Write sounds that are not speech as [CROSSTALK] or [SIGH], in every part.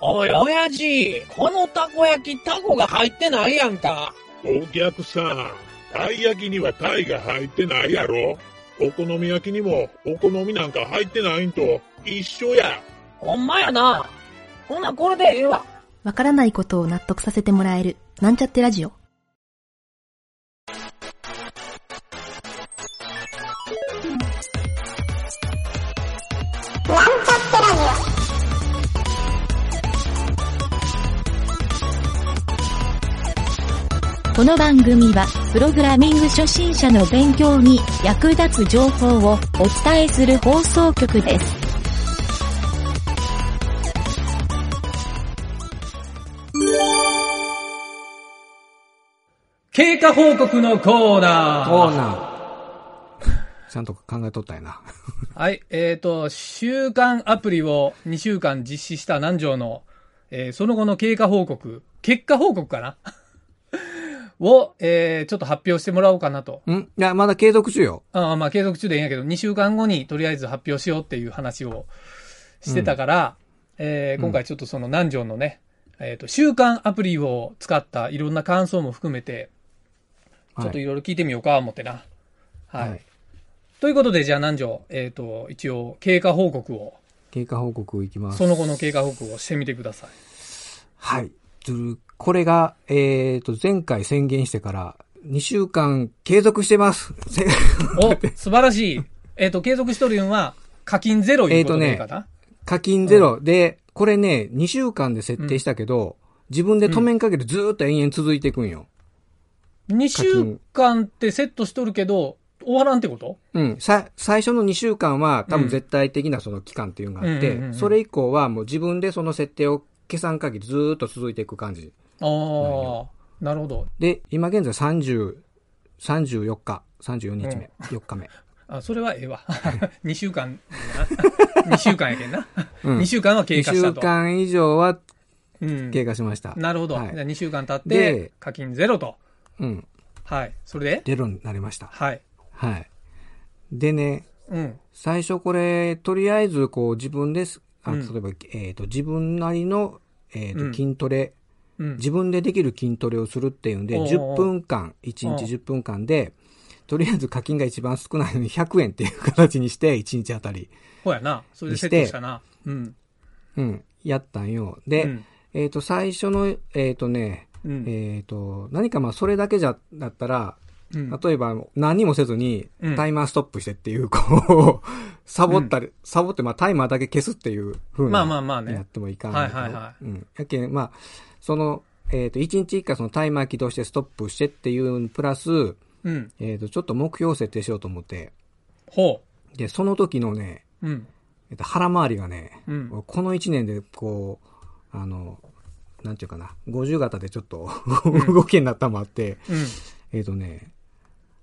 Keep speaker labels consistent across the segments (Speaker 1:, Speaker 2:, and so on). Speaker 1: おい、親父、このたこ焼き、タコが入ってないやんか。
Speaker 2: お客さん、たい焼きにはたいが入ってないやろお好み焼きにもお好みなんか入ってないんと一緒や。
Speaker 1: ほんまやな。ほな、これでええわ。
Speaker 3: わからないことを納得させてもらえる、なんちゃってラジオ。
Speaker 4: この番組は、プログラミング初心者の勉強に役立つ情報をお伝えする放送局です。
Speaker 5: 経過報告のコーナー。
Speaker 6: コーナー。ちゃんと考えとったんやな。 [LAUGHS]
Speaker 5: はい、えっ、ー、と、週間アプリを2週間実施した南條の、えーその後の経過報告、結果報告かな [LAUGHS] を、えーちょっと発表してもらおうかなと。
Speaker 6: んいや、まだ継続中よ。
Speaker 5: ああまあ継続中でいいんやけど、2週間後にとりあえず発表しようっていう話をしてたから、えー今回ちょっとその南條のね、えっ、と、週間アプリを使ったいろんな感想も含めて、
Speaker 6: はい
Speaker 5: ちょっといろいろ聞いてみようか、思ってな。はい。
Speaker 6: はい
Speaker 5: ということで、じゃあ南條、えっ、と、一応経過報告を、
Speaker 6: 経過報告いきます。
Speaker 5: その後の経過報告をしてみてください。
Speaker 6: はい。ずるこれが、えっ、と、前回宣言してから2週間継続してます。 [LAUGHS] せ
Speaker 5: お、素晴らしい。えっ、と、継続しとるんは、課金ゼロいうことでいいかな、
Speaker 6: 課金ゼロで、これね、2週間で設定したけど、自分で止めんかけてずーっと延々続いていくんよ。
Speaker 5: 2週間ってセットしとるけど、終わらんってこと
Speaker 6: うん。さ、最初の2週間は多分絶対的なその期間っていうのがあっ
Speaker 5: うんうんうんう
Speaker 6: て、
Speaker 5: ん
Speaker 6: それ以降はもう自分でその設定を消さん限りずーっと続いていく感じ。
Speaker 5: ああ、なるほど。
Speaker 6: で、今現在30、34日、34日目、4日目。
Speaker 5: あ、それはええわ。2週 [LAUGHS] 間 [LAUGHS] やな。2週間やけんな。
Speaker 6: うん
Speaker 5: 2週間 [LAUGHS] は経過し
Speaker 6: 2
Speaker 5: た
Speaker 6: 週
Speaker 5: と。
Speaker 6: 間以上は
Speaker 5: うん
Speaker 6: 経過しました。
Speaker 5: なるほど。
Speaker 6: はい
Speaker 5: じゃあ2週間経っ
Speaker 6: で
Speaker 5: て、課金ゼロと。
Speaker 6: うん。
Speaker 5: はい。それで
Speaker 6: ゼロになりました。
Speaker 5: はい。
Speaker 6: はい。でね、
Speaker 5: うん。
Speaker 6: 最初これ、とりあえずこう自分です。あ
Speaker 5: う
Speaker 6: 例
Speaker 5: ん
Speaker 6: えば、えっ、と、自分なりの、えっ、
Speaker 5: うん
Speaker 6: と、筋トレ、
Speaker 5: うん。
Speaker 6: 自分でできる筋トレをするっていうんで、
Speaker 5: おうおう
Speaker 6: 10分間、1日10分間で、とりあえず課金が一番少ないのに100円っていう形にして、1日あたり、
Speaker 5: ほやな。それでセットしたな。うん。
Speaker 6: うん、やったんよ。で、
Speaker 5: うん
Speaker 6: えっ、と、最初の、えっ、とね、
Speaker 5: うん
Speaker 6: えっ、と、何かまあ、それだけじゃ、だったら、
Speaker 5: うん。
Speaker 6: 例えば、何もせずに
Speaker 5: う、ん
Speaker 6: タイマーストップしてっていう、こう、サボったり、サボって、まあ、タイマーだけ消すっていう風に
Speaker 5: まあまあまあね
Speaker 6: やってもいかないけど。
Speaker 5: はいはいはい
Speaker 6: うん。やけん、まあ、その、えっ、と、1日1回そのタイマー起動してストップしてっていう、プラス、
Speaker 5: うん。
Speaker 6: えっ、と、ちょっと目標を設定しようと思って、
Speaker 5: ほ
Speaker 6: で、その時のね、
Speaker 5: う。うん。
Speaker 6: えっと、腹回りがね、
Speaker 5: うん
Speaker 6: この1年で、こう、あの、なんていうかな、50型でちょっと、 [LAUGHS] 動けになったもあって、
Speaker 5: うん。
Speaker 6: えっ、とね、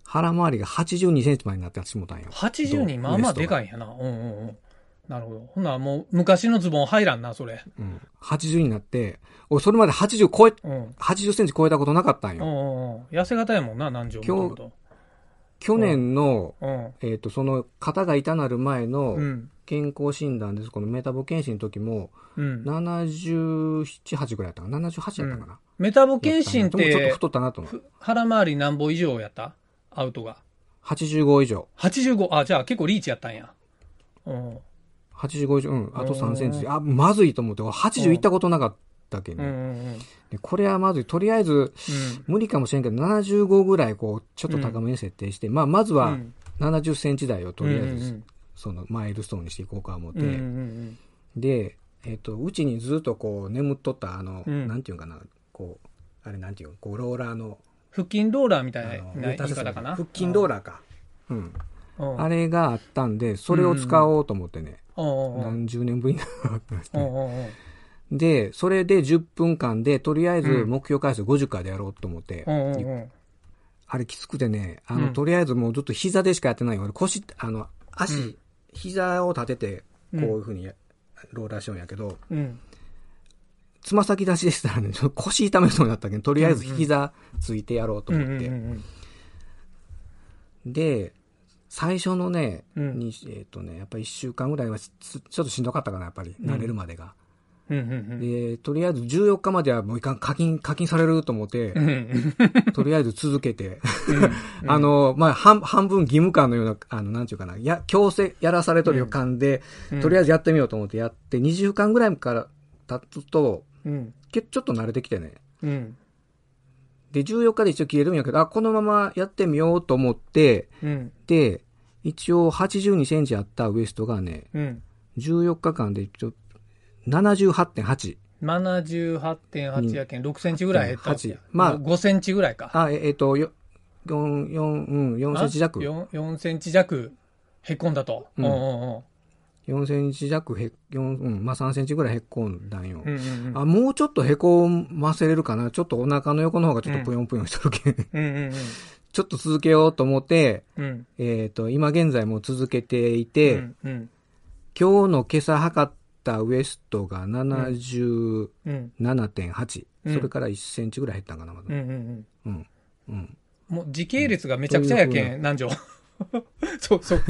Speaker 6: 腹回りが82センチまでになってしもたんよ。
Speaker 5: 80人、まあまあでか
Speaker 6: い。
Speaker 5: いんやな。うんうんうん。なるほど。ほな、もう昔のズボン入らんな、それ。
Speaker 6: うん。80になって、俺それまで80超え、
Speaker 5: うん。
Speaker 6: 80センチ超えたことなかったん
Speaker 5: うんう
Speaker 6: よ。
Speaker 5: んうん。痩せ型やもんな、南條もとも
Speaker 6: 去年の、
Speaker 5: と。うん。
Speaker 6: えっ、と、その、肩が痛なる前の
Speaker 5: うん。
Speaker 6: 健康診断です。このメタボ検診の時も、
Speaker 5: うん。
Speaker 6: 77、8ぐらいだったかな ?78 だったかな、
Speaker 5: メタボ検診っ
Speaker 6: でもちょっと
Speaker 5: て、
Speaker 6: 太ったなと思う。
Speaker 5: 腹回りなんぼ以上やったアウトが。
Speaker 6: 85以上。
Speaker 5: 85、あ、じゃあ結構リーチやったんや。うん。
Speaker 6: 85以上、うん。あと3センチ。あ、まずいと思って、俺80行ったことなかったけど、
Speaker 5: うんうんうん。
Speaker 6: でこれはまずい。とりあえず、
Speaker 5: うん
Speaker 6: 無理かもしれんけど、75ぐらい、こう、ちょっと高めに設定して、まあ、まず
Speaker 5: う
Speaker 6: は
Speaker 5: ん
Speaker 6: 70センチ台をとりあえず、
Speaker 5: うん
Speaker 6: その、マイルストーンにしていこうか思って、
Speaker 5: うんうんうん
Speaker 6: で、えっ、と、うちにずっとこう、眠っとった、あの、
Speaker 5: うん
Speaker 6: なんていうんかな、こう、あれなんていうん、こう、ローラーの、
Speaker 5: 腹筋ローラーみた
Speaker 6: あ
Speaker 5: い
Speaker 6: の
Speaker 5: な
Speaker 6: レタ
Speaker 5: 言
Speaker 6: ス
Speaker 5: い方かな。
Speaker 6: 腹筋ロー
Speaker 5: ラ
Speaker 6: ラーか。うん。
Speaker 5: ー。うん。
Speaker 6: あれがあったんで、それを使おうと思ってね、
Speaker 5: うんうんうん
Speaker 6: 何十年ぶりなわけです
Speaker 5: う
Speaker 6: ね
Speaker 5: んうんうん
Speaker 6: で、それで10分間で、とりあえず
Speaker 5: うん
Speaker 6: 目標回数50回でやろうと思って、
Speaker 5: うんうんうん
Speaker 6: あれきつくてね、あの、
Speaker 5: うん
Speaker 6: とりあえずもうずっと膝でしかやってないよ。俺腰、あの、足、
Speaker 5: うん
Speaker 6: 膝を立てて、こう
Speaker 5: うん
Speaker 6: いうふうにやローラーしようんやけど、
Speaker 5: うん。
Speaker 6: つま先出しでしたらね、 [LAUGHS] ちょっと腰痛めそうになったけど、とりあえず膝ついてやろうと
Speaker 5: うん
Speaker 6: 思っ
Speaker 5: うん
Speaker 6: て。
Speaker 5: うん
Speaker 6: で、最初のね、
Speaker 5: うん
Speaker 6: にえっ、とね、やっぱり1週間ぐらいはしちょっとしんどかったかな、やっぱり、
Speaker 5: うん
Speaker 6: 慣れるまでが。
Speaker 5: ううんうん
Speaker 6: で、とりあえず14日まではもういかん、課金、課金されると思って
Speaker 5: う、ん。うん
Speaker 6: とりあえず続けて、
Speaker 5: う
Speaker 6: [LAUGHS]
Speaker 5: ん
Speaker 6: あの、まあ、半、半分義務感のような、あの、なんていうかな、や、強制、やらされとる予感で、とりあえずやってみようと思ってやって、2週間ぐらいから経つと、
Speaker 5: うん。
Speaker 6: けちょっと慣れてきてね。
Speaker 5: うん。
Speaker 6: で、14日で一応消えるんやけど、あ、このままやってみようと思って、
Speaker 5: うん。
Speaker 6: で、一応82センチあったウエストがね、
Speaker 5: うん。
Speaker 6: 14日間で一応78.8。
Speaker 5: 78.8やけん、6センチぐらい減ったわけや。
Speaker 6: まあ
Speaker 5: 5センチぐらいか。
Speaker 6: あ、え、えっと、よ、4、4、うん、4センチ弱。
Speaker 5: 4, センチ弱、へこんだと。
Speaker 6: うん
Speaker 5: うんうん
Speaker 6: 4センチ弱へ、4、うん、まあ3センチぐらいへっこんだんよ。
Speaker 5: うん。うんうんうん
Speaker 6: あ、もうちょっとへこませれるかな。ちょっとお腹の横の方がちょっとぷよんぷよんしとるけん。 [LAUGHS]
Speaker 5: うんうん
Speaker 6: ちょっと続けようと思って、
Speaker 5: うん。うん
Speaker 6: えっ、と、今現在も続けていうて、
Speaker 5: んうん
Speaker 6: 今日の今朝測ったウエストが77.8、
Speaker 5: うんうん
Speaker 6: それから1センチぐらい減ったんかな、まだ
Speaker 5: うんうんうん。
Speaker 6: うん。うん。
Speaker 5: もう時系列がめちゃくちゃやけん、南條。そうそう。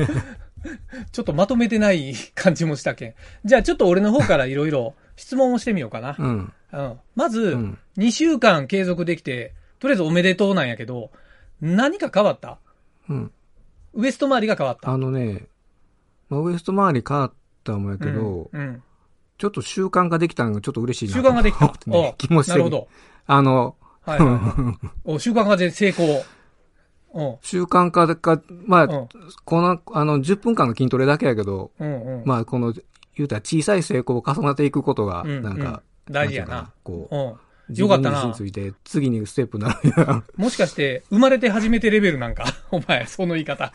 Speaker 5: ちょっとまとめてない感じもしたけん。じゃあちょっと俺の方からいろいろ質問をしてみようかな。
Speaker 6: うん。
Speaker 5: うん。まず、
Speaker 6: うん
Speaker 5: 2週間継続できて、とりあえずおめでとうなんやけど、何か変わった
Speaker 6: うん。
Speaker 5: ウエスト周りが変わった。
Speaker 6: あのね、まあ、ウエスト周り変わったもんやけど、
Speaker 5: うん。うん
Speaker 6: ちょっと習慣ができたのがちょっと嬉しいな。
Speaker 5: 習慣ができた。
Speaker 6: [LAUGHS]
Speaker 5: お
Speaker 6: ね、気もして
Speaker 5: なるほど。
Speaker 6: あの、
Speaker 5: はいはい
Speaker 6: [LAUGHS]
Speaker 5: はい。お習慣化で成功。お
Speaker 6: 習慣化が、まあ、
Speaker 5: うん
Speaker 6: この、あの、10分間の筋トレだけやけど、
Speaker 5: うんうん。
Speaker 6: まあ、この、言うたら小さい成功を重ねていくことが、
Speaker 5: うん
Speaker 6: なんか、
Speaker 5: うん大事やな
Speaker 6: なんていうかこ
Speaker 5: うん。
Speaker 6: う、
Speaker 5: よかったな
Speaker 6: 自分自身について、次にステップになるような。
Speaker 5: もしかして、生まれて初めてレベルなんか [LAUGHS] お前、その言い
Speaker 6: [LAUGHS]
Speaker 5: 方。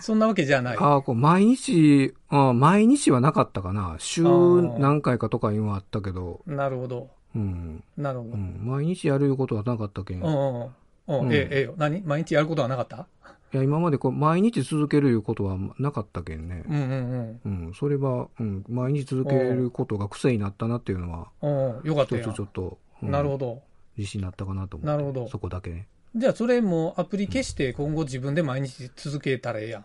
Speaker 5: そんなわけじゃない。
Speaker 6: ああ、こう、毎日、ああ毎日はなかったかな。週
Speaker 5: ー
Speaker 6: 何回かとか今あったけど、
Speaker 5: なるほど。
Speaker 6: うん、
Speaker 5: なるほ
Speaker 6: う
Speaker 5: ど。うん
Speaker 6: ん。毎日やることはなかったけん。い
Speaker 5: うんうん。うん、ええ、ええよ。何毎日やることはなかった
Speaker 6: や、今までこう、毎日続けるいうことはなかったけんね。
Speaker 5: うんうん
Speaker 6: うん、それは、うん、毎日続けることが癖になったなっていうのは、
Speaker 5: うん。うん、よかった
Speaker 6: 一
Speaker 5: や
Speaker 6: つちょ
Speaker 5: ん。
Speaker 6: っと、うん
Speaker 5: なるほど。
Speaker 6: 自信になったかなと思って。
Speaker 5: なるほど
Speaker 6: そこだけね。
Speaker 5: じゃあ、それもアプリ消して、今後自分で毎日続けたらええやん。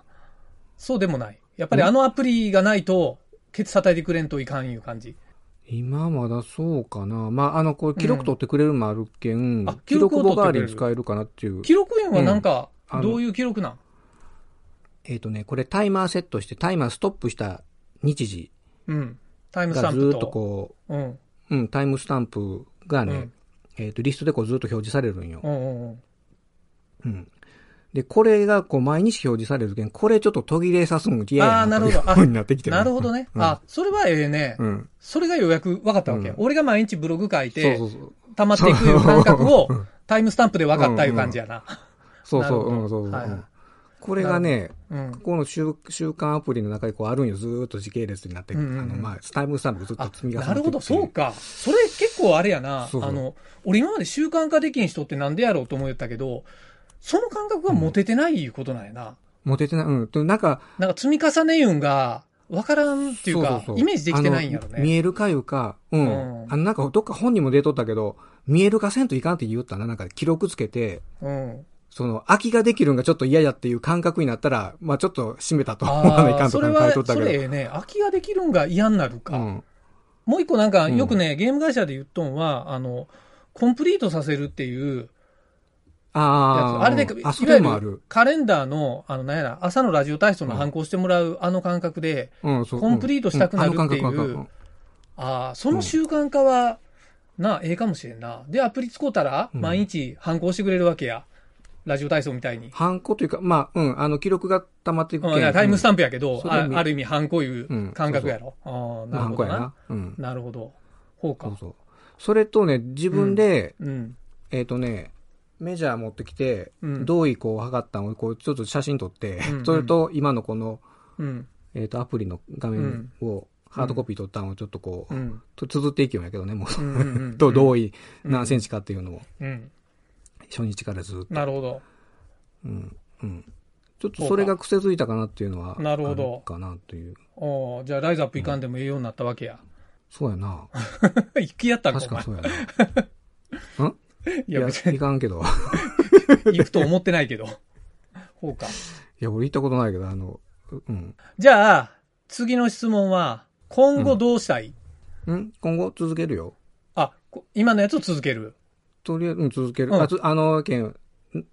Speaker 5: そうでもない。やっぱりあのアプリがないと、ケツ叩いてくれんといかんいう感じ。
Speaker 6: 今まだそうかな。まあ、あの、こう、記録取ってくれるのもあるけん、
Speaker 5: あ
Speaker 6: 記
Speaker 5: 記録
Speaker 6: 録簿代
Speaker 5: を取ってくれ
Speaker 6: わ
Speaker 5: る
Speaker 6: りに使えるかなっていう。
Speaker 5: 記録員はなんか
Speaker 6: うん、あの
Speaker 5: どういう記録なん、
Speaker 6: えっ、とね、これタイマーセットして、タイマーストップした日時
Speaker 5: うん、タイムスタ
Speaker 6: がず
Speaker 5: ンプ
Speaker 6: ー
Speaker 5: と。
Speaker 6: っとこ
Speaker 5: うん。
Speaker 6: う、うん、タイムスタンプが
Speaker 5: う
Speaker 6: ね、
Speaker 5: ん。
Speaker 6: えっ、と、リストでこうずっと表示されるんよ
Speaker 5: う。んうんうん。
Speaker 6: うん。で、これがこう、毎日表示されるけん、これちょっと途切れさすん嫌
Speaker 5: あー
Speaker 6: や
Speaker 5: な
Speaker 6: な
Speaker 5: る
Speaker 6: と
Speaker 5: ほ
Speaker 6: いう
Speaker 5: どあ
Speaker 6: ふうになってきて
Speaker 5: なるほどね。
Speaker 6: うん
Speaker 5: あ、それはええね。
Speaker 6: うん。
Speaker 5: それがようやく分かったわけ。
Speaker 6: うん
Speaker 5: 俺が毎日ブログ書い
Speaker 6: そう
Speaker 5: て
Speaker 6: そ、うそう。
Speaker 5: 溜まっていくいう感覚を、タイムスタンプで分かったいう感じやな。
Speaker 6: そうそう、
Speaker 5: なる
Speaker 6: う
Speaker 5: ほ
Speaker 6: ん、
Speaker 5: ど
Speaker 6: そうそう。
Speaker 5: はいはい
Speaker 6: うんこれがね、
Speaker 5: うん。
Speaker 6: ここの週週間アプリの中にこうあるんよ、ずーっと時系列になって、
Speaker 5: うんうんうん
Speaker 6: あの、まあ、タイムスタンプがずっと
Speaker 5: あ、
Speaker 6: 積み重ねて
Speaker 5: なるほど、そう。か。それ結構あれやな。
Speaker 6: そうそう
Speaker 5: あの、俺今まで習慣化できん人ってなんでやろうと思ったけど、その感覚が持ててないいうことなんやな。
Speaker 6: モテてない、うん。でなんか、
Speaker 5: なんか積み重ねいうんが、分からんっていうか、
Speaker 6: そうそうそう
Speaker 5: イメージできてないんやろ
Speaker 6: あの見
Speaker 5: ね。
Speaker 6: えるかいうか、うん。
Speaker 5: うん
Speaker 6: あの、なんかどっか本にも出とったけど、見える化せんといかんって言ったな。なんか記録つけて、
Speaker 5: うん。
Speaker 6: その、空きができるんがちょっと嫌やっていう感覚になったら、まあちょっと閉めたと思わない
Speaker 5: あ
Speaker 6: か
Speaker 5: あ、
Speaker 6: んと
Speaker 5: そ
Speaker 6: か
Speaker 5: れ
Speaker 6: 書い
Speaker 5: は、
Speaker 6: とった
Speaker 5: そ
Speaker 6: けど。
Speaker 5: れええね。空きができるんが嫌になるか。
Speaker 6: うん。
Speaker 5: もう一個なんか、
Speaker 6: うん
Speaker 5: よくね、ゲーム会社で言っとんは、あの、コンプリートさせるっていうやつ。
Speaker 6: ああ。
Speaker 5: あれで、
Speaker 6: うん
Speaker 5: いわ
Speaker 6: あ、そ
Speaker 5: ゆ
Speaker 6: れもあ
Speaker 5: る
Speaker 6: る。
Speaker 5: カレンダーの、あの、なんやら、朝のラジオ体操の反抗してもらう、あの感覚で、
Speaker 6: うん、そう。
Speaker 5: コンプリートしたくなるって
Speaker 6: うん
Speaker 5: いう
Speaker 6: あの感覚わかるうん
Speaker 5: ああ、その習慣化は、な、ええかもしれんな。で、アプリ使うたら、
Speaker 6: うん
Speaker 5: 毎日反抗してくれるわけや。ラジオ体操みたいに。
Speaker 6: ハンコというか、まあ、うん、あの、記録が溜まっていく
Speaker 5: う
Speaker 6: け
Speaker 5: ん、
Speaker 6: ん
Speaker 5: だからタイムスタンプやけ
Speaker 6: う
Speaker 5: ど
Speaker 6: ん、それ
Speaker 5: あ
Speaker 6: み
Speaker 5: ある意味反抗いう感覚やろ。あ
Speaker 6: まあ
Speaker 5: あ、なる
Speaker 6: ハン
Speaker 5: ほ
Speaker 6: コ
Speaker 5: ど
Speaker 6: や
Speaker 5: な。
Speaker 6: な。うん。
Speaker 5: なるほど。ほうか。
Speaker 6: そうそう。それとね、自分で、
Speaker 5: うん。
Speaker 6: えっ、とね、メジャー持ってきて、
Speaker 5: うん
Speaker 6: どういこう測ったのを、こう、ちょっと写真撮って、
Speaker 5: うんうん
Speaker 6: それと、今のこの、
Speaker 5: うん。
Speaker 6: えっ、と、アプリの画面を、ハードコピー撮ったのをちょっとこう、
Speaker 5: うん。
Speaker 6: と綴っていくんやけどね、もう、 [LAUGHS]
Speaker 5: うんうんうん
Speaker 6: と、同意、
Speaker 5: うん
Speaker 6: 何センチかっていうのを、
Speaker 5: うん。
Speaker 6: 初日からずっと。
Speaker 5: なるほど。
Speaker 6: うん。うん。ちょっとそれが癖づいたかなっていうのは、
Speaker 5: なるほど
Speaker 6: あかなという。
Speaker 5: おーじゃあ、ライズアップいかんでもええようになったわけや。 [LAUGHS]
Speaker 6: そうやな。
Speaker 5: 行きやったんか、
Speaker 6: 確
Speaker 5: お
Speaker 6: か
Speaker 5: 前。 [LAUGHS]
Speaker 6: そうやな。ん
Speaker 5: い
Speaker 6: い
Speaker 5: や、
Speaker 6: や、
Speaker 5: 別に
Speaker 6: いかんけど。
Speaker 5: 行くと思ってないけど。ほうか。
Speaker 6: いや、俺行ったことないけど、あの、うん。
Speaker 5: じゃあ、次の質問は、今後どうしたい、
Speaker 6: うん今後続けるよ。
Speaker 5: あ、こ今のやつを続ける。
Speaker 6: とりあえず、うん、続ける。
Speaker 5: うん
Speaker 6: あつあの、けん、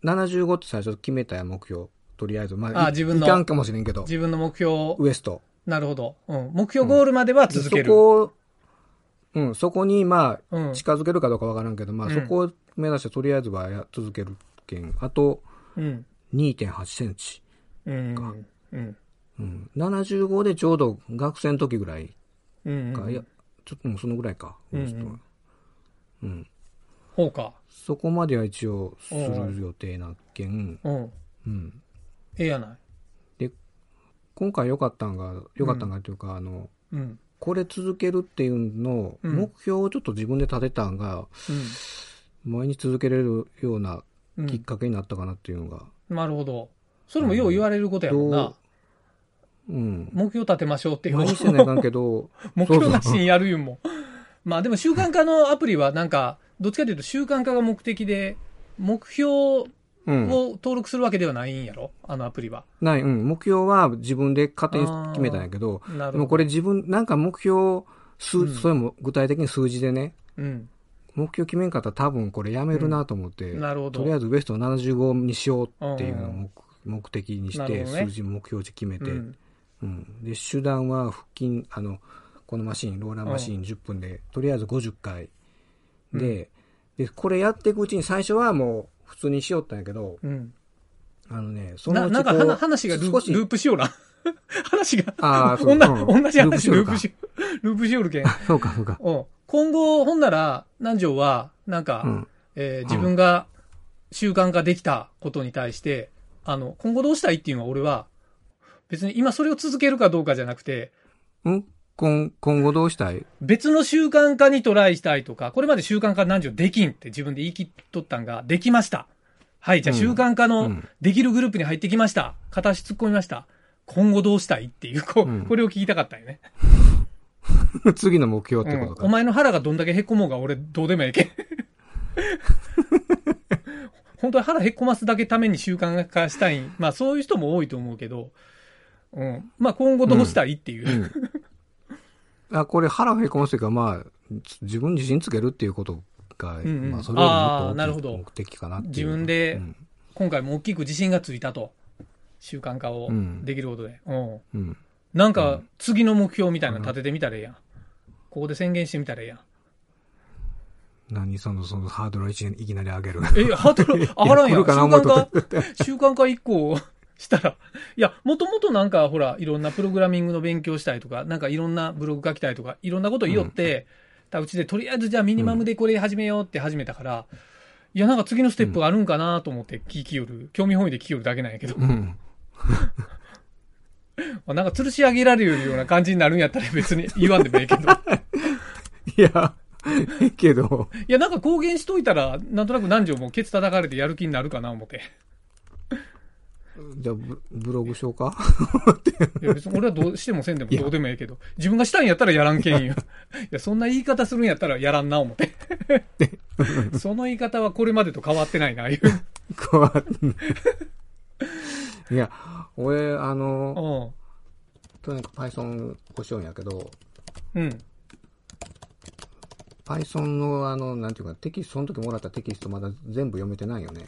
Speaker 6: 75って最初決めたやん目標。とりあえず。ま
Speaker 5: あ自分の
Speaker 6: いかんかもしれんけど。
Speaker 5: 自分の目標を
Speaker 6: ウエスト。
Speaker 5: なるほど。うん。目標ゴールまでは続け
Speaker 6: で
Speaker 5: る。
Speaker 6: そこを、うん、そこに、まあ、
Speaker 5: うん
Speaker 6: 近づけるかどうかわからんけど、まあ、
Speaker 5: うん
Speaker 6: そこを目指して、とりあえずはや続けるけん。あと、
Speaker 5: うん。
Speaker 6: 2.8センチ。
Speaker 5: うん。うん。
Speaker 6: うん。75でちょうど学生の時ぐらい
Speaker 5: うん。
Speaker 6: か。いや、ちょっと、うんそのぐらいか。
Speaker 5: うんうん
Speaker 6: ちょっとうん。
Speaker 5: ほうか。
Speaker 6: そこまでは一応、す
Speaker 5: お
Speaker 6: る
Speaker 5: う
Speaker 6: 予定なけん。
Speaker 5: うん。
Speaker 6: うん。
Speaker 5: ええやない。
Speaker 6: 今回良かったんが、良かったんがというか、あの、
Speaker 5: うん。
Speaker 6: これ続けるっていうのの、
Speaker 5: うん
Speaker 6: 目標をちょっと自分で立てたんが、前に続けれるような
Speaker 5: うん。
Speaker 6: きっかけになったかなっていうのが、
Speaker 5: うん。なるほど。それもよう言われることやもんな。
Speaker 6: うん。
Speaker 5: 目標立てましょうっていう。
Speaker 6: 毎日せないかんけど、
Speaker 5: [LAUGHS] 目標なしにやるいうんも。まあでも習慣化のアプリはなんか、どっちかというと習慣化が目的で、目標を
Speaker 6: うん。
Speaker 5: 登録するわけではないんやろあのアプリは。
Speaker 6: ない、うん。目標は自分で勝手に決めたんやけど、
Speaker 5: な
Speaker 6: で
Speaker 5: る
Speaker 6: も
Speaker 5: ほ
Speaker 6: こ
Speaker 5: ど。
Speaker 6: れ自分、なんか目標、
Speaker 5: う
Speaker 6: 数、
Speaker 5: ん
Speaker 6: それも具体的に数字でね、
Speaker 5: うん。
Speaker 6: 目標決めんかったら多分これやめるなと思って、
Speaker 5: なるほど
Speaker 6: とりあえずウエスト75にしようっていうのを
Speaker 5: うん
Speaker 6: 目目的にし
Speaker 5: なる
Speaker 6: て、
Speaker 5: ほどね
Speaker 6: 数字目標値決めて、
Speaker 5: うん。
Speaker 6: うん、で手段は腹筋あのこのマシンローラーマシン10分で、とりあえず50回で,、でこれやっていくうちに最初はもう普通にしよったんやけど
Speaker 5: うん。
Speaker 6: あのねその
Speaker 5: な
Speaker 6: う
Speaker 5: なん
Speaker 6: ちこ
Speaker 5: か
Speaker 6: う
Speaker 5: 話話がル
Speaker 6: 少
Speaker 5: ー
Speaker 6: し
Speaker 5: ループしような。 [LAUGHS] 話が。
Speaker 6: あーそう
Speaker 5: 同じ
Speaker 6: うん
Speaker 5: 同じ話ル
Speaker 6: ルー
Speaker 5: ープ
Speaker 6: プ
Speaker 5: し
Speaker 6: し
Speaker 5: よう。ループしよるけん。
Speaker 6: そうかそうか、
Speaker 5: うん今後、ほんなら、南條は、なんか、
Speaker 6: うん、
Speaker 5: えー自分が習慣化できたことに対して、あの、今後どうしたいっていうのは俺は、別に今それを続けるかどうかじゃなくて、
Speaker 6: うん今今後どうしたい
Speaker 5: 別の習慣化にトライしたいとか、これまで習慣化何条できんって自分で言い切っとったんが、できました。はい、じゃあ
Speaker 6: うん
Speaker 5: 習慣化
Speaker 6: う
Speaker 5: の
Speaker 6: ん
Speaker 5: できるグループに入ってきました。片足突っ込みました。今後どうしたいっていう、こう
Speaker 6: うん
Speaker 5: これを聞きたかったよね。
Speaker 6: 次の目標ってこと
Speaker 5: うんお
Speaker 6: か、
Speaker 5: 前の腹がどんだけへこもうが俺どうでもええけん。 [LAUGHS] 本当は腹へこますだけために習慣化したい。まあそういう人も多いと思うけど、うん。まあ今後どうしたいっていう。
Speaker 6: うんあこれ腹をへこますというかまあ自分自身つけるっていうことが、
Speaker 5: んうん
Speaker 6: まあ、それよりも
Speaker 5: あーなる
Speaker 6: も
Speaker 5: ほ
Speaker 6: っと
Speaker 5: ど
Speaker 6: 大きい目的かなっていう
Speaker 5: 自分で
Speaker 6: うん
Speaker 5: 今回も大きく自信がついたと。習慣化をできることで。うん。
Speaker 6: うん
Speaker 5: なんか次の目標みたいなの立ててみたらええやん。ここで宣言してみたらええやん。
Speaker 6: 何その、その、ハードルをいきいきなり上げ
Speaker 5: [LAUGHS]
Speaker 6: る。 [LAUGHS]
Speaker 5: え、ハードル上がらんや
Speaker 6: 来る
Speaker 5: ん。習
Speaker 6: かな思
Speaker 5: 慣
Speaker 6: うと
Speaker 5: 化、習慣化一個したら。いや、もともとなんかほら、いろんなプログラミングの勉強したいとか、なんかいろんなブログ書きたいとか、いろんなこと言いよって、たうちでとりあえずじゃあミニマムでこれ始めようって始めたから、いや、なんか次のステップがあるんかなと思って聞きよる。興味本位で聞きよるだけなんやけど、
Speaker 6: うん。
Speaker 5: なんか吊るし上げられるような感じになるんやったら別に言わんでもええけど。 [LAUGHS]
Speaker 6: いや、ええけど、
Speaker 5: いや、なんか公言しといたら、なんとなく何条もケツ叩かれてやる気になるかな思って。
Speaker 6: じゃあ、ブブログしようか
Speaker 5: いや別に俺はどうしてもせんでもどうでもええけど、自分がしたんやったらやらんけんよ。いや、そんな言い方するんやったらやらんな、
Speaker 6: [LAUGHS]
Speaker 5: 思って。その言い方はこれまでと変わってないな、いう。
Speaker 6: [LAUGHS] こう [LAUGHS] いや、俺、あの、
Speaker 5: う
Speaker 6: とにかく Python をしようんやけど、
Speaker 5: ん。うん。
Speaker 6: Python の、あの、なんていうか、テキスト、その時もらったテキストまだ全部読めてないよね。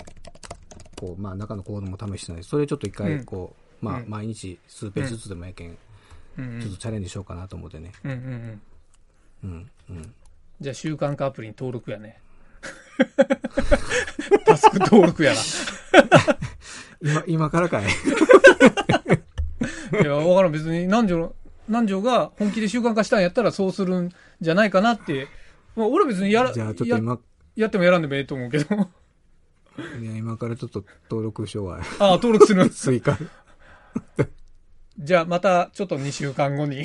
Speaker 6: こう、まあ、中のコードも試してない。それちょっと一
Speaker 5: うん
Speaker 6: 回、こう、まあ
Speaker 5: う、ん
Speaker 6: 毎日数ページずつでもええけん、
Speaker 5: うんうん
Speaker 6: ちょっとチャレンジしようかなと思ってね。
Speaker 5: うんうんうん。
Speaker 6: うん、うん。
Speaker 5: じゃあ、習慣化アプリに登録やね。 [LAUGHS] タスク登録や
Speaker 6: 今、今からかい。
Speaker 5: な。いや、わからん。別に、南條、南條が本気で習慣化したんやったらそうするんじゃないかなって。まあ、俺は別にやら、
Speaker 6: じゃあ、ちょっと
Speaker 5: や
Speaker 6: 今、
Speaker 5: やってもやらんでもええと思うけど。
Speaker 6: い
Speaker 5: [LAUGHS]
Speaker 6: や、今からちょっと登録しようわ。 [LAUGHS]
Speaker 5: ああ、登録するん
Speaker 6: 追加。
Speaker 5: じゃあまたちょっと2週間後に。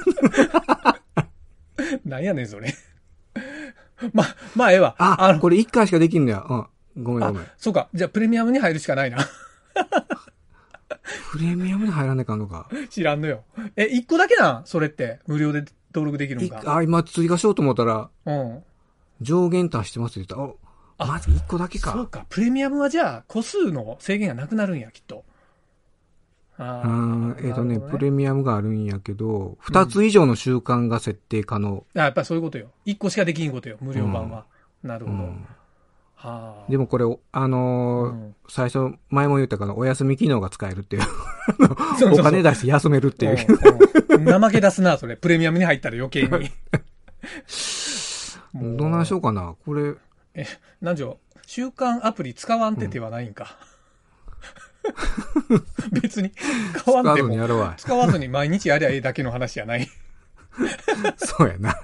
Speaker 5: [LAUGHS] なんやねんそれ。ま、まあええわ。
Speaker 6: あ、
Speaker 5: の
Speaker 6: これ1回しかできんのや。うん。ごめんごめん。
Speaker 5: そうか。じゃあプレミアムに入るしかないな。
Speaker 6: プレミアムで入らないかんのか。
Speaker 5: 知らんのよ。え、1個だけなんそれって。無料で登録できるん
Speaker 6: い
Speaker 5: か。
Speaker 6: あ、今追加しようと思ったら、
Speaker 5: うん。
Speaker 6: 上限足してますって言った。
Speaker 5: あ
Speaker 6: あ、マジ1個だけ
Speaker 5: そう
Speaker 6: か。
Speaker 5: か。プレミアムはじゃあ個数の制限がなくなるんや、きっと。あ
Speaker 6: う
Speaker 5: ー
Speaker 6: んえっ、とね
Speaker 5: なるほど
Speaker 6: プレミアムがあるんやけど、2つ以上の習慣が設定可能。
Speaker 5: あやっぱりそういうことよ。一個しかできんことよ、無料版は。なるほど。
Speaker 6: うん
Speaker 5: はあ。
Speaker 6: でもこれ、あのー
Speaker 5: うん
Speaker 6: 最初、前も言ったから、お休み機能が使えるっていう。
Speaker 5: そうそうそう
Speaker 6: お金出して休めるっていう。
Speaker 5: うんうん怠け出すな、それ。プレミアムに入ったら余計
Speaker 6: [LAUGHS]
Speaker 5: に。も
Speaker 6: どうなんしようかな。これ、
Speaker 5: え、なんじょ、週刊アプリ使わんててはない
Speaker 6: [LAUGHS]
Speaker 5: んか。別に、使わ
Speaker 6: 使
Speaker 5: ん
Speaker 6: わ
Speaker 5: て
Speaker 6: ずに
Speaker 5: も、
Speaker 6: やるわ。
Speaker 5: 使わずに毎日やりゃええだけの話やない。
Speaker 6: そうやな。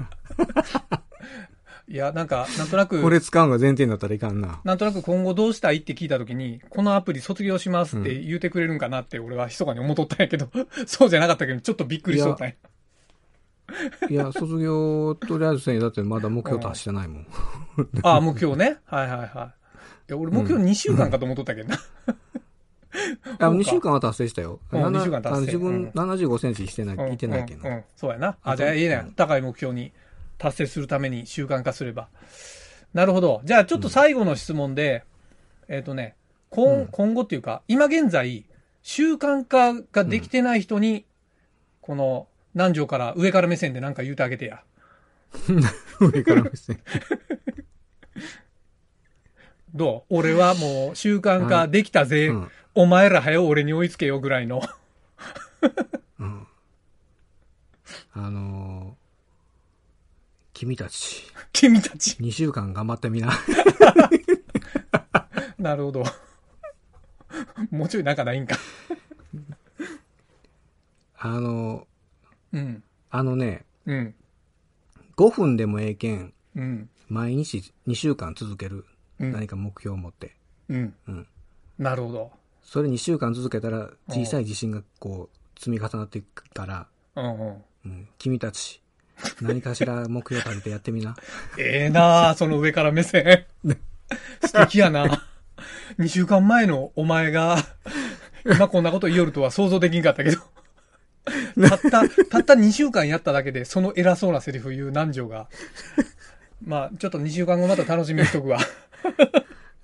Speaker 5: いや、なんか、なんとなく、
Speaker 6: これ使うのが前提になったらいかんな。
Speaker 5: なんとなく今後どうしたいって聞いたときに、このアプリ卒業しますって言うてくれるんかなって俺は密かに思っとったんやけど、 [LAUGHS] そうじゃなかったけど、ちょっとびっくりしとったんや。
Speaker 6: いや、卒業、とりあえずせんよだってまだ目標達してないもん。
Speaker 5: ああ、目標ね。はいはいはい。いや、俺目標2週間かと思っとったけどな。
Speaker 6: あ、2週間は達成したよ。
Speaker 5: うん
Speaker 6: なな
Speaker 5: 二週間達成
Speaker 6: あの自
Speaker 5: うん
Speaker 6: 分75センチしてない、いてないけど
Speaker 5: うん。うんうんそうやな。あ、じゃあええやん。高い目標に達成するために習慣化すれば。なるほど。じゃあちょっと最後の質問で、えっ、とね、今、今後っていうか、今現在、習慣化ができてない人に、この、南條から上から目線で何か言うてあげてや。
Speaker 6: [LAUGHS] 上から目線。
Speaker 5: [LAUGHS] どう俺はもう習慣化できたぜ。
Speaker 6: うん
Speaker 5: お前ら早う俺に追いつけよぐらいの。 [LAUGHS]
Speaker 6: あのー君たち、
Speaker 5: 君たち。
Speaker 6: 2週間頑張ってみな。 [LAUGHS]
Speaker 5: なるほど。 [LAUGHS] もうちょい仲ないんか。
Speaker 6: あのー
Speaker 5: うん。
Speaker 6: あのね、
Speaker 5: うん。
Speaker 6: 5分でもええけん、
Speaker 5: うん。
Speaker 6: 毎日2週間続ける。
Speaker 5: うん
Speaker 6: 何か目標を持って。
Speaker 5: うん。
Speaker 6: うん
Speaker 5: なるほど。
Speaker 6: それ2週間続けたら、小さい自信がこう、積み重なっていくから、
Speaker 5: うんうん。
Speaker 6: うん、君たち、何かしら目標立ててやって [LAUGHS] みな。
Speaker 5: ええなあその上から目線。 [LAUGHS] 素敵やな。2週間前のお前が、今こんなこと言いよるとは想像できんかったけど。たった、たった2週間やっただけで、その偉そうなセリフ言う南條が。まあ、ちょっと2週間後また楽しみにしとくわ。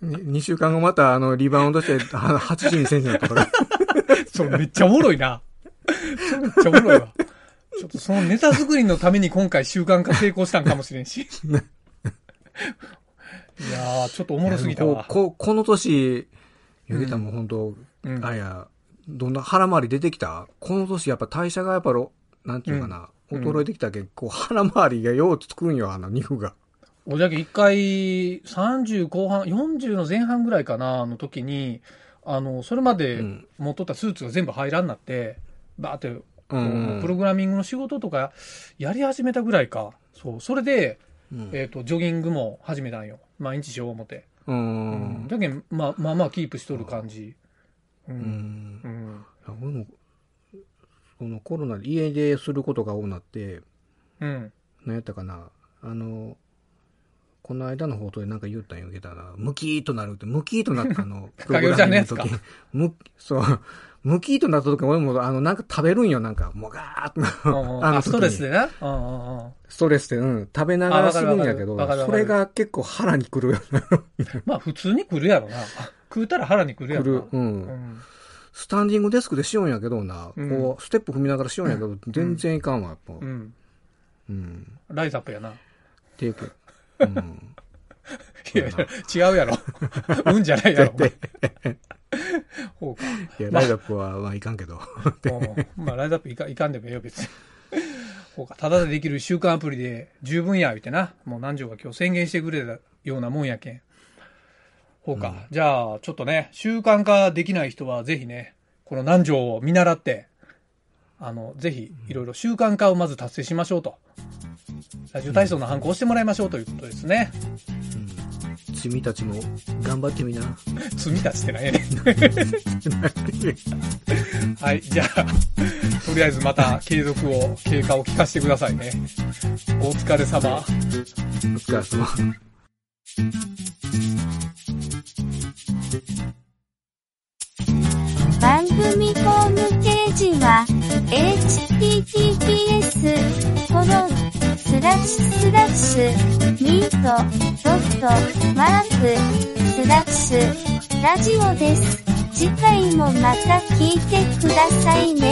Speaker 6: 2週間後また、あの、リバウンドして、あ82センチになったから。
Speaker 5: それめっちゃおもろいな。それめっちゃおもろいわ。ちょっとそのネタ作りのために今回習慣化成功したんかもしれんし。いやー、ちょっとおもろすぎたわ。
Speaker 6: こここの年、ゆげたも本当、
Speaker 5: うん
Speaker 6: あや、どんな腹回り出てきたこの年やっぱ代謝がやっぱろ、なんていうかな、
Speaker 5: うん
Speaker 6: 衰えてきたけど、こう腹回りがようつくんよ、あの肉が。
Speaker 5: 俺だけ一回、30後半、40の前半ぐらいかな、の時に、あの、それまで
Speaker 6: うん
Speaker 5: 持っとったスーツが全部入らんなって、バーって、
Speaker 6: うん
Speaker 5: プログラミングの仕事とかやり始めたぐらいか。そう。それで、
Speaker 6: うん
Speaker 5: えっ、と、ジョギングも始めたんよ。毎日しよう思って。
Speaker 6: うん。
Speaker 5: だけど、まあまあまあキープしとる感じ。う。
Speaker 6: うんん。
Speaker 5: うん。
Speaker 6: 俺もそのコロナで家ですることが多くなって、
Speaker 5: うん。
Speaker 6: 何やったかな、あの、この間の放送でなんか言ったんやけどな、ムキーとなるって、ムキーとなったあ
Speaker 5: [LAUGHS]
Speaker 6: の、プ
Speaker 5: かげるちゃんのやつ
Speaker 6: ロ
Speaker 5: か
Speaker 6: グラミングの時むそう、ムキーとなった時、俺もあの、なんか食べるんよ、なんか、もうガーッ
Speaker 5: う
Speaker 6: と。
Speaker 5: ん
Speaker 6: [LAUGHS]
Speaker 5: うん
Speaker 6: あ
Speaker 5: あ、
Speaker 6: の時に
Speaker 5: ストレスでな。うんうんうん。
Speaker 6: ストレスで、うん、食べなが
Speaker 5: あわ
Speaker 6: ら
Speaker 5: か
Speaker 6: す
Speaker 5: る
Speaker 6: るんやけど
Speaker 5: わかるわ、
Speaker 6: そ
Speaker 5: かる
Speaker 6: れが結構腹にくる、
Speaker 5: まあ普通に来るやろな。食うたら腹に来るや
Speaker 6: く
Speaker 5: ろな。
Speaker 6: る、うん。
Speaker 5: うん。
Speaker 6: スタンディングデスクでしようんやけどな、
Speaker 5: うん
Speaker 6: こう、ステップ踏みながらしようんやけど、全然いかんわ、やっぱ。
Speaker 5: うん。
Speaker 6: うん。
Speaker 5: ライザップやな。
Speaker 6: っていうか、うん。
Speaker 5: いやいや違
Speaker 6: [LAUGHS]
Speaker 5: うやろ。 [LAUGHS] うんじゃないやろ。 [LAUGHS] ほうか。
Speaker 6: いや、ライダップは、まあ、いかん
Speaker 5: [LAUGHS]
Speaker 6: けど。
Speaker 5: うんまあ、ライズアップいか [LAUGHS] いかんでもええよ、別に。ほうか。ただでできる習慣アプリで十分や、言うてな。もう南條が今日宣言してくれたようなもんやけん。ほうか。じゃあ、ちょっとね、習慣化できない人はぜひね、この南條を見習って、あの、ぜひ、いろいろ習慣化をまず達成しましょうと。ラジオ体操の反抗をしてもらいましょうということですね。
Speaker 6: 君たちも頑張ってみな。
Speaker 5: 罪立ちってないやねん。はい、じゃあ、とりあえずまた継続を、経過を聞かせてくださいね。お疲れ様。
Speaker 6: お疲れ様。
Speaker 7: 番組ホームページは、https, コロン、スラッシュスラッシュ、ミート、ドット、マーク、スラッシュ、ラジオです。次回もまた聞いてくださいね。